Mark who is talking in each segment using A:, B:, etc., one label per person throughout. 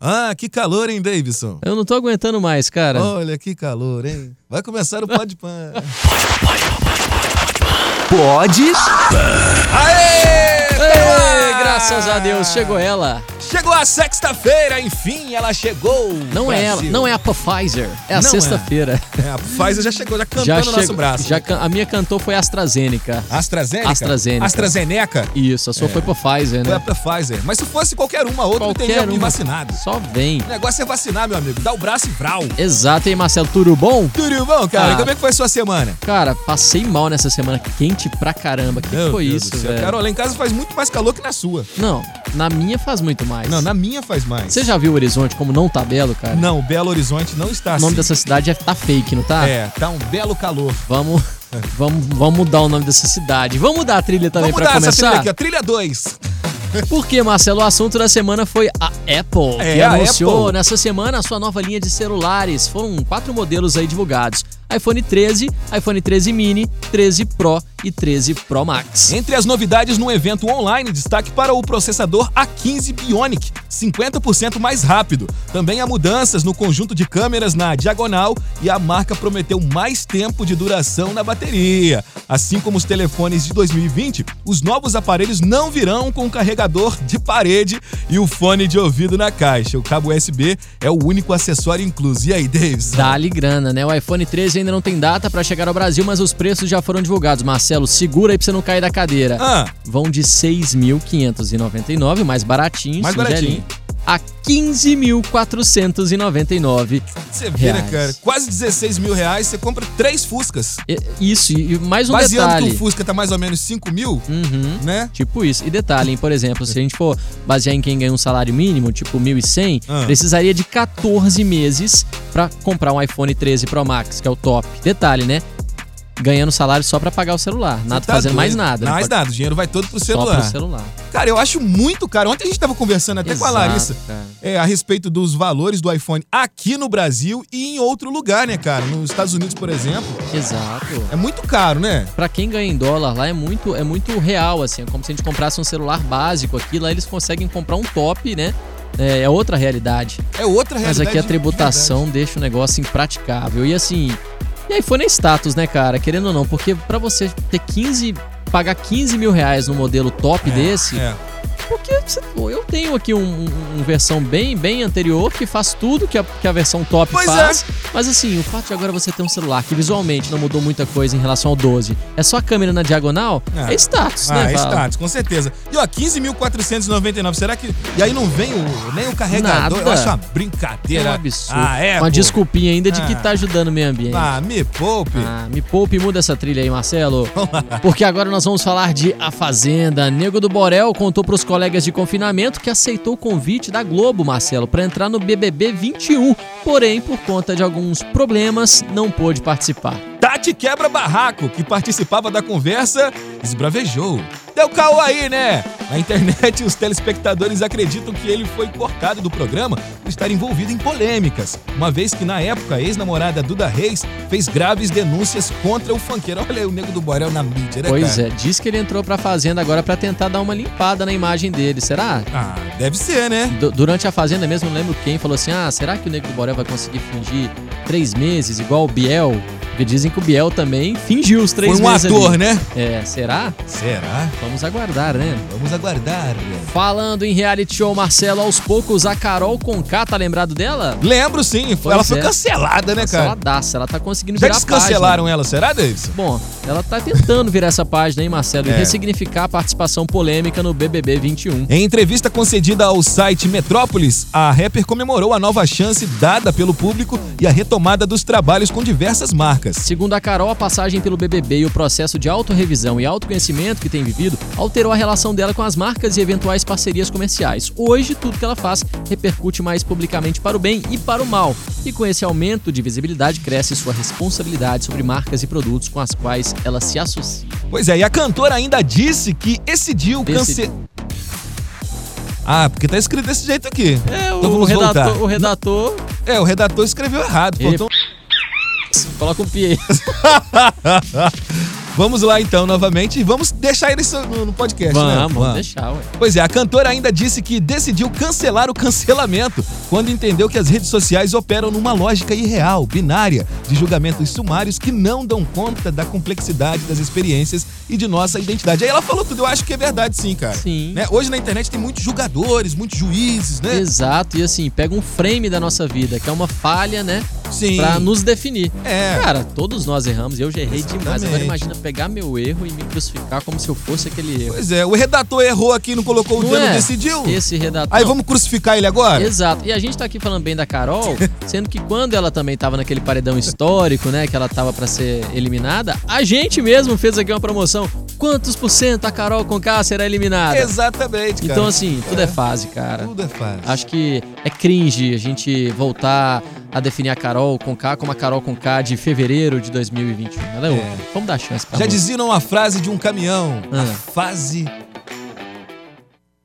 A: Ah, que calor, hein, Davidson?
B: Eu não tô aguentando mais, cara.
A: Olha que calor, hein? Vai começar o Pode Pan.
C: Pode.
A: Aê!
B: Ei,
A: Ah!
B: graças a Deus, chegou ela.
A: Chegou a sexta-feira, enfim, ela chegou.
B: Não é ela,
A: Brasil.
B: não é a Pfizer, é a
A: Não é.
B: sexta-feira.
A: É, a Pfizer já chegou, já cantou no
B: chegou-
A: nosso braço.
B: já can- a minha cantou foi AstraZeneca.
A: AstraZeneca?
B: AstraZeneca.
A: AstraZeneca?
B: Isso, a
A: É.
B: sua foi pra Pfizer,
A: Foi a
B: né?
A: Pfizer. Mas se fosse qualquer uma, outra
B: Qualquer
A: teria me
B: uma.
A: vacinado.
B: Só vem.
A: O negócio é vacinar, meu amigo. Dá o braço e vral.
B: Exato, hein, Marcelo? Tudo bom?
A: Tudo bom, cara?
B: Ah.
A: Como é que foi a sua semana?
B: Cara, passei mal nessa semana, quente pra caramba. Que
A: Meu
B: foi
A: Deus
B: isso,
A: do céu.
B: velho?
A: Cara, lá em casa faz muito mais calor que na sua.
B: Não, na minha faz muito mais.
A: Não, na minha faz mais.
B: Você já viu o horizonte como não tá belo, cara?
A: Não, Belo Horizonte não está
B: O
A: assim.
B: nome dessa cidade é tá fake, não tá?
A: É, tá um belo calor.
B: Vamos, vamos, vamos mudar o nome dessa cidade. Vamos mudar a trilha também
A: Vamos
B: pra
A: mudar essa trilha
B: começar?
A: aqui, a trilha 2.
B: Porque, Marcelo, o assunto da semana foi a Apple,
A: É,
B: que
A: a
B: anunciou
A: Apple.
B: nessa semana a sua nova linha de celulares. Foram quatro modelos aí divulgados: iPhone 13, iPhone 13 mini, 13 Pro e 13 Pro Max.
A: Entre as novidades no evento online, destaque para o processador A15 Bionic, 50% mais rápido. Também há mudanças no conjunto de câmeras na diagonal e a marca prometeu mais tempo de duração na bateria. Assim como os telefones de 2020, os novos aparelhos não virão com um carregador de parede e o fone de ouvido na caixa. O cabo USB é o único acessório incluso. E aí, Davis?
B: Dá-lhe grana, né? O iPhone 13 ainda não tem data pra chegar ao Brasil, mas os preços já foram divulgados. Marcelo, segura aí pra você não cair da cadeira.
A: Ah,
B: Vão de 6.599, mais baratinho,
A: Mais
B: singelinho, a 15.499.
A: Você vê, né,
B: Reais.
A: cara? Quase 16 mil reais, você compra três Fuscas.
B: E- Isso, e mais um
A: Baseando
B: detalhe.
A: que o Fusca tá mais ou menos 5 mil,
B: Uhum.
A: né?
B: Tipo isso. E detalhe, hein? por exemplo, se a gente for basear em quem ganha um salário mínimo, tipo 1.100,
A: Ah.
B: precisaria de 14 meses pra comprar um iPhone 13 Pro Max, que é o top. Detalhe, né? Ganhando salário só pra pagar o celular, nada
A: Tá
B: fazendo
A: doido.
B: mais nada. né?
A: Mais
B: Pode-
A: nada, o dinheiro vai todo pro
B: Só
A: celular.
B: pro celular.
A: Cara, eu acho muito caro. Ontem a gente tava conversando até com a
B: Exato,
A: Larissa
B: cara.
A: é, a respeito dos valores do iPhone aqui no Brasil e em outro lugar, né, cara? Nos Estados Unidos, por exemplo,
B: Exato.
A: é muito caro, né?
B: Pra quem ganha em dólar lá é muito é muito real assim, é como se a gente comprasse um celular básico aqui, lá eles conseguem comprar um top, né? É é outra realidade.
A: É outra
B: Mas
A: realidade.
B: aqui a
A: de
B: tributação deixa o negócio impraticável. E assim, e aí foi nem status, né, cara? Querendo ou não, porque pra você ter 15, pagar 15 mil reais num modelo top
A: verdade.
B: desse,
A: É.
B: porque você- pô, eu tenho aqui um, um- um versão bem, bem anterior que faz tudo que a, que a versão top
A: Pois é.
B: faz. Mas assim, o fato de agora você ter um celular que visualmente não mudou muita coisa em relação ao 12, é só a câmera na diagonal,
A: É.
B: é, status,
A: Ah,
B: né,
A: é
B: Vala?
A: status, com certeza. E ó, 15.499, será que. E aí não vem o, nem o carregador? Eu
B: Nada.
A: acho uma
B: É
A: brincadeira.
B: um absurdo.
A: Ah, é?
B: Uma
A: pô.
B: desculpinha ainda de que
A: Ah.
B: tá ajudando o meio ambiente.
A: Ah, me poupe.
B: Ah, me poupe e muda essa trilha aí, Marcelo. Porque agora nós vamos falar de A Fazenda. Nego do Borel contou pros colegas de confinamento que aceitou o convite da Globo, Marcelo, pra entrar no BBB 21. Porém, por conta de alguns problemas, não pôde participar.
A: Tati Quebra Barraco, que participava da conversa, esbravejou. Deu caô aí, né? Na internet, os telespectadores acreditam que ele foi cortado do programa por estar envolvido em polêmicas, uma vez que, na época, a ex-namorada Duda Reis fez graves denúncias contra o funkeiro. Olha aí o Nego do Borel na mídia, né,
B: Pois
A: cara?
B: é, diz que ele entrou pra Fazenda agora pra tentar dar uma limpada na imagem dele. Será?
A: Ah, deve ser, né?
B: Du- Durante a Fazenda mesmo, não lembro quem falou assim: ah, será que o Nego do Borel vai conseguir fingir três meses, igual o Biel? Porque dizem que o Biel também fingiu os três
A: foi um
B: meses. ali.
A: ator, né?
B: É, será?
A: Será?
B: Vamos aguardar, né?
A: Vamos aguardar. né?
B: Falando em reality show, Marcelo, aos poucos a Carol Conká, tá lembrado dela?
A: Lembro sim, foi-
B: Pois
A: ela foi
B: é.
A: cancelada, né,
B: Ela
A: cara?
B: daça, ela tá conseguindo
A: Já
B: virar a
A: descancelaram ela, será, Davidson?
B: página. Bom, ela tá tentando virar essa página, hein, Marcelo, e
A: É.
B: ressignificar a participação polêmica no BBB 21.
A: Em entrevista concedida ao site Metrópolis, a rapper comemorou a nova chance dada pelo público e a retomada dos trabalhos com diversas marcas.
B: Segundo a Carol, a passagem pelo BBB e o processo de autorrevisão e autoconhecimento que tem vivido alterou a relação dela com as marcas e eventuais parcerias comerciais. Hoje, tudo que ela faz repercute mais publicamente para o bem e para o mal. E com esse aumento de visibilidade, cresce sua responsabilidade sobre marcas e produtos com as quais ela se associa.
A: Pois é, e a cantora ainda disse que decidiu cancelar.
B: Decidiu.
A: Ah, porque tá escrito desse jeito aqui.
B: É,
A: Então
B: o
A: vamos
B: redator,
A: voltar.
B: o redator
A: É, o redator escreveu errado.
B: Ele-
A: Faltou...
B: coloca um pie.
A: Vamos lá então, novamente, e vamos deixar ele no no podcast,
B: vamos,
A: né?
B: vamos deixar, ué.
A: Pois é, a cantora ainda disse que decidiu cancelar o cancelamento quando entendeu que as redes sociais operam numa lógica irreal, binária, de julgamentos sumários que não dão conta da complexidade das experiências e de nossa identidade. Aí ela falou tudo, eu acho que é verdade sim, cara.
B: Sim.
A: Né? Hoje na internet tem muitos julgadores, muitos juízes,
B: É.
A: né?
B: Exato, e assim, pega um frame da nossa vida, que é uma falha, né?
A: Sim.
B: Pra nos definir.
A: É.
B: Cara, todos nós erramos, eu já errei demais. Agora
A: Exatamente.
B: imagina pegar meu erro e me crucificar como se eu fosse aquele erro.
A: Pois é, o redator errou aqui, não colocou o
B: Não
A: dedo,
B: é?
A: decidiu.
B: Esse redator.
A: Aí vamos crucificar ele agora?
B: Exato. E a gente tá aqui falando bem da Carol, sendo que quando ela também tava naquele paredão histórico, né, que ela tava pra ser eliminada, a gente mesmo fez aqui uma promoção. Quantos por cento a Carol Conká será eliminada?
A: Exatamente, cara.
B: Então assim, tudo é fase, cara.
A: Tudo é fácil.
B: Acho que é cringe a gente voltar a definir a Carol Conká como a Carol Conká de fevereiro de 2021. Ela é,
A: É.
B: outra. Vamos dar chance pra
A: Já
B: ela.
A: diziam uma frase de um caminhão.
B: Ah.
A: A fase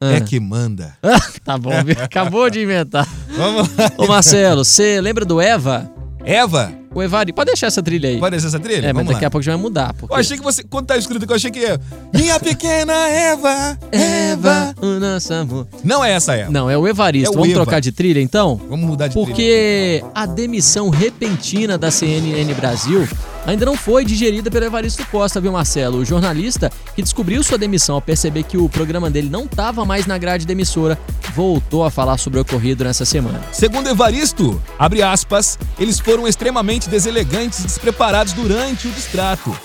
B: Ah.
A: é que manda.
B: Tá bom, viu? acabou de inventar.
A: Vamos lá.
B: Ô Marcelo, você lembra do Eva?
A: Eva,
B: O Evari, pode deixar essa trilha aí.
A: pode descer essa trilha?
B: É, mas
A: Vamos
B: daqui
A: lá.
B: a pouco já vai mudar. Porque...
A: Eu achei que você. Quando tá escrito que eu achei que é. Minha pequena Eva! Eva!
B: Eva, o nosso amor.
A: Não é essa Eva.
B: Não, é o Evaristo.
A: É o
B: Vamos
A: Eva.
B: trocar de trilha então?
A: Vamos mudar de trilha.
B: Porque a demissão repentina da CNN Brasil ainda não foi digerida pelo Evaristo Costa, viu, Marcelo? O jornalista que descobriu sua demissão ao perceber que o programa dele não estava mais na grade da emissora, voltou a falar sobre o ocorrido nessa semana.
A: Segundo Evaristo, abre aspas, eles foram extremamente deselegantes e despreparados durante o distrato.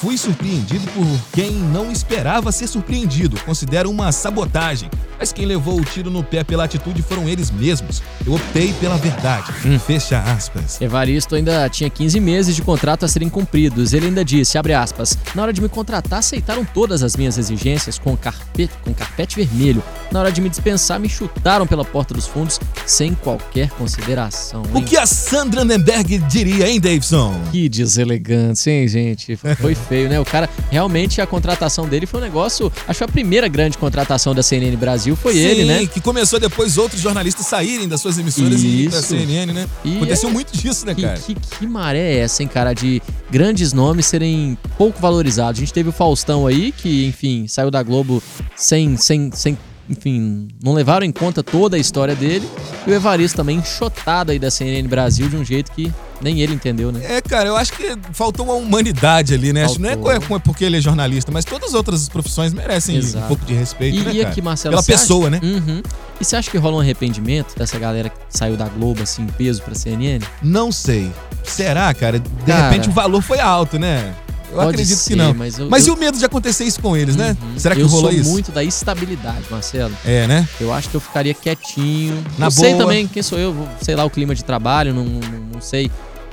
A: Fui surpreendido por quem não esperava ser surpreendido. Considero uma sabotagem. Mas quem levou o tiro no pé pela atitude foram eles mesmos. Eu optei pela verdade.
B: Hum.
A: Fecha aspas.
B: Evaristo ainda tinha 15 meses de contrato a serem cumpridos. Ele ainda disse, abre aspas, na hora de me contratar aceitaram todas as minhas exigências com carpete, com carpete vermelho. Na hora de me dispensar me chutaram pela porta dos fundos sem qualquer consideração.
A: O
B: hein?
A: que a Sandra Nenberg diria, hein, Davidson?
B: Que deselegante, hein, gente? Foi feio, né? O cara, realmente, a contratação dele foi um negócio. Acho que a primeira grande contratação da CNN Brasil foi
A: Sim,
B: ele, né?
A: que começou depois outros jornalistas saírem das suas emissoras e ir pra
B: Isso.
A: CNN, né?
B: E é.
A: Aconteceu muito disso, né,
B: Que,
A: cara?
B: que, que maré é essa, hein, cara? De grandes nomes serem pouco valorizados. A gente teve o Faustão aí, que, enfim, saiu da Globo sem. sem, sem enfim, não levaram em conta toda a história dele. E o Evaristo também enxotado aí da CNN Brasil de um jeito que nem ele entendeu, né?
A: É, cara, eu acho que faltou uma humanidade ali, né? Acho que Não é
B: Faltou.
A: co- é porque ele é jornalista, mas todas as outras profissões merecem
B: Exato.
A: um pouco de respeito,
B: E,
A: né,
B: e
A: cara?
B: aqui, Marcelo,
A: Pela
B: você acha-
A: pessoa, né?
B: Uhum. E você acha que rola um arrependimento dessa galera que saiu da Globo, assim, em peso pra CNN?
A: Não sei. Será, cara? De
B: Cara.
A: repente o valor foi alto, né? Eu
B: Pode
A: acredito
B: ser,
A: que não. Mas,
B: Mas, eu,
A: e o medo de acontecer isso com eles, né?
B: Uhum.
A: Será que
B: eu
A: rolou
B: sou
A: isso?
B: muito da estabilidade, Marcelo.
A: É, né?
B: Eu acho que eu ficaria quietinho.
A: Na
B: não sei
A: boa.
B: também quem sou eu, vou- sei lá, o clima de trabalho, não, não- não sei,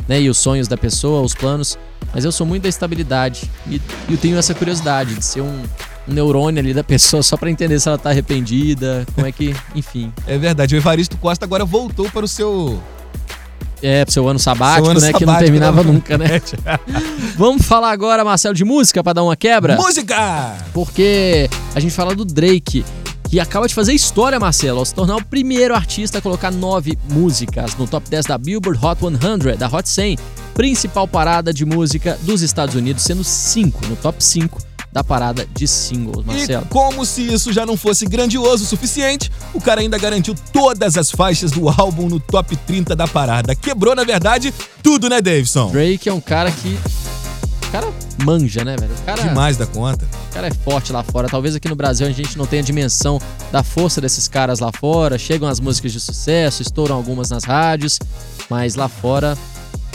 B: né? E os sonhos da pessoa, os planos. Mas eu sou muito da estabilidade. E, e eu tenho essa curiosidade de ser um, um neurônio ali da pessoa só pra entender se ela tá arrependida, como é que. Enfim.
A: É verdade. O Evaristo Costa agora voltou para o seu.
B: É, pro seu ano sabático,
A: Seu ano
B: né? que não
A: sabático,
B: terminava
A: né?
B: nunca, né? Vamos falar agora, Marcelo, de música pra dar uma quebra?
A: Música!
B: Porque a gente fala do Drake, que acaba de fazer história, Marcelo, ao se tornar o primeiro artista a colocar nove músicas no top 10 da Billboard Hot 100, da Hot 100, principal parada de música dos Estados Unidos, sendo cinco no top 5 da parada de singles, Marcelo.
A: E como se isso já não fosse grandioso o suficiente, o cara ainda garantiu todas as faixas do álbum no top 30 da parada. Quebrou, na verdade, tudo, né, Davidson?
B: Drake é um cara que. O cara manja, né, velho? O cara,
A: Demais da conta.
B: o cara é forte lá fora. Talvez aqui no Brasil a gente não tenha a dimensão da força desses caras lá fora. Chegam as músicas de sucesso, estouram algumas nas rádios, mas lá fora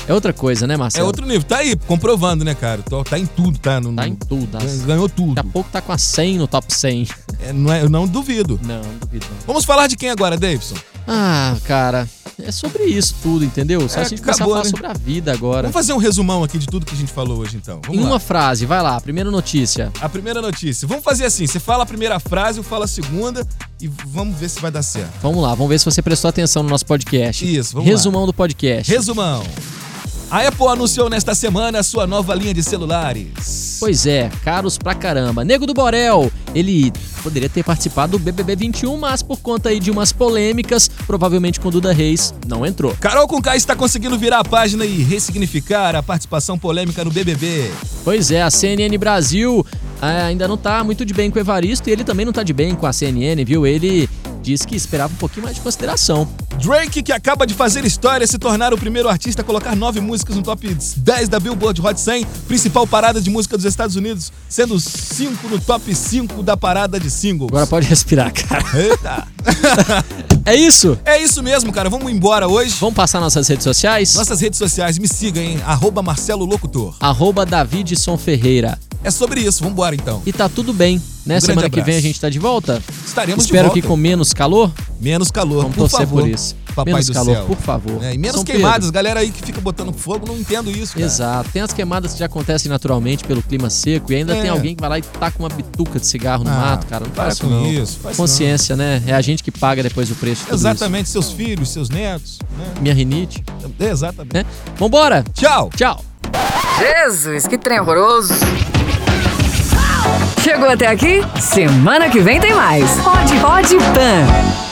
B: é outra coisa, né,
A: É
B: Marcelo?
A: outro nível. Tá aí, comprovando, né, cara? Tô- Tá em tudo, tá? No,
B: Tá em tudo. as-
A: Ganhou tudo.
B: Daqui a pouco tá com a 100 no top 100.
A: É, não é- eu não duvido.
B: Não, não duvido. não.
A: Vamos falar de quem agora, Davidson?
B: Ah, cara, é sobre isso tudo, entendeu? Só
A: É,
B: a gente começar a
A: acabou,
B: falar
A: né?
B: sobre a vida agora.
A: Vamos fazer um resumão aqui de tudo que a gente falou hoje, então.
B: Em
A: Vamos
B: uma
A: lá.
B: frase, vai lá, primeira notícia.
A: A primeira notícia. Vamos fazer assim: você fala a primeira frase, eu falo a segunda e vamos ver se vai dar certo.
B: Vamos lá, vamos ver se você prestou atenção no nosso podcast.
A: Isso, vamos lá.
B: Resumão do podcast.
A: Resumão. A Apple anunciou nesta semana a sua nova linha de celulares.
B: Pois é, caros pra caramba. Nego do Borel, ele poderia ter participado do BBB 21, mas por conta aí de umas polêmicas, provavelmente com Duda Reis, não entrou.
A: Carol Conká está conseguindo virar a página e ressignificar a participação polêmica no BBB.
B: Pois é, a CNN Brasil ah, ainda não tá muito de bem com o Evaristo e ele também não tá de bem com a CNN, viu? Ele diz que esperava um pouquinho mais de consideração.
A: Drake, que acaba de fazer história, se tornar o primeiro artista a colocar nove músicas no top 10 da Billboard Hot 100, principal parada de música dos Estados Unidos, sendo cinco no top 5 da parada de singles.
B: Agora pode respirar, cara.
A: Eita!
B: É isso?
A: É isso mesmo, cara. Vamos embora hoje.
B: Vamos passar nossas redes sociais?
A: Nossas redes sociais, me siga, hein? Arroba Marcelo Locutor.
B: Arroba Davidson Ferreira.
A: É sobre isso, vambora então.
B: E tá tudo bem, né?
A: Um grande
B: Semana que
A: abraço.
B: vem a gente tá de volta?
A: Estaremos
B: Espero
A: de volta.
B: que com menos calor.
A: Menos calor,
B: Vamos
A: por
B: torcer
A: favor.
B: por isso.
A: Papai
B: menos
A: do
B: calor,
A: céu.
B: por favor.
A: Né? E menos
B: São Pedro.
A: queimadas, galera aí que fica botando fogo, não entendo isso, cara.
B: Exato. Tem as queimadas que já acontecem naturalmente pelo clima seco e ainda
A: É.
B: tem alguém que vai lá e taca uma bituca de cigarro no
A: Ah,
B: mato, cara. Não
A: para
B: faz isso,
A: com
B: não.
A: isso, faz isso
B: Consciência, né? É a gente que paga depois o preço. de tudo
A: Exatamente, seus filhos, seus netos,
B: isso. Minha rinite,
A: né? Exatamente.
B: né? Vambora!
A: Tchau!
B: Tchau!
C: Jesus, que trem horroroso. Chegou até aqui? Semana que vem tem mais. Pode, pode, pan.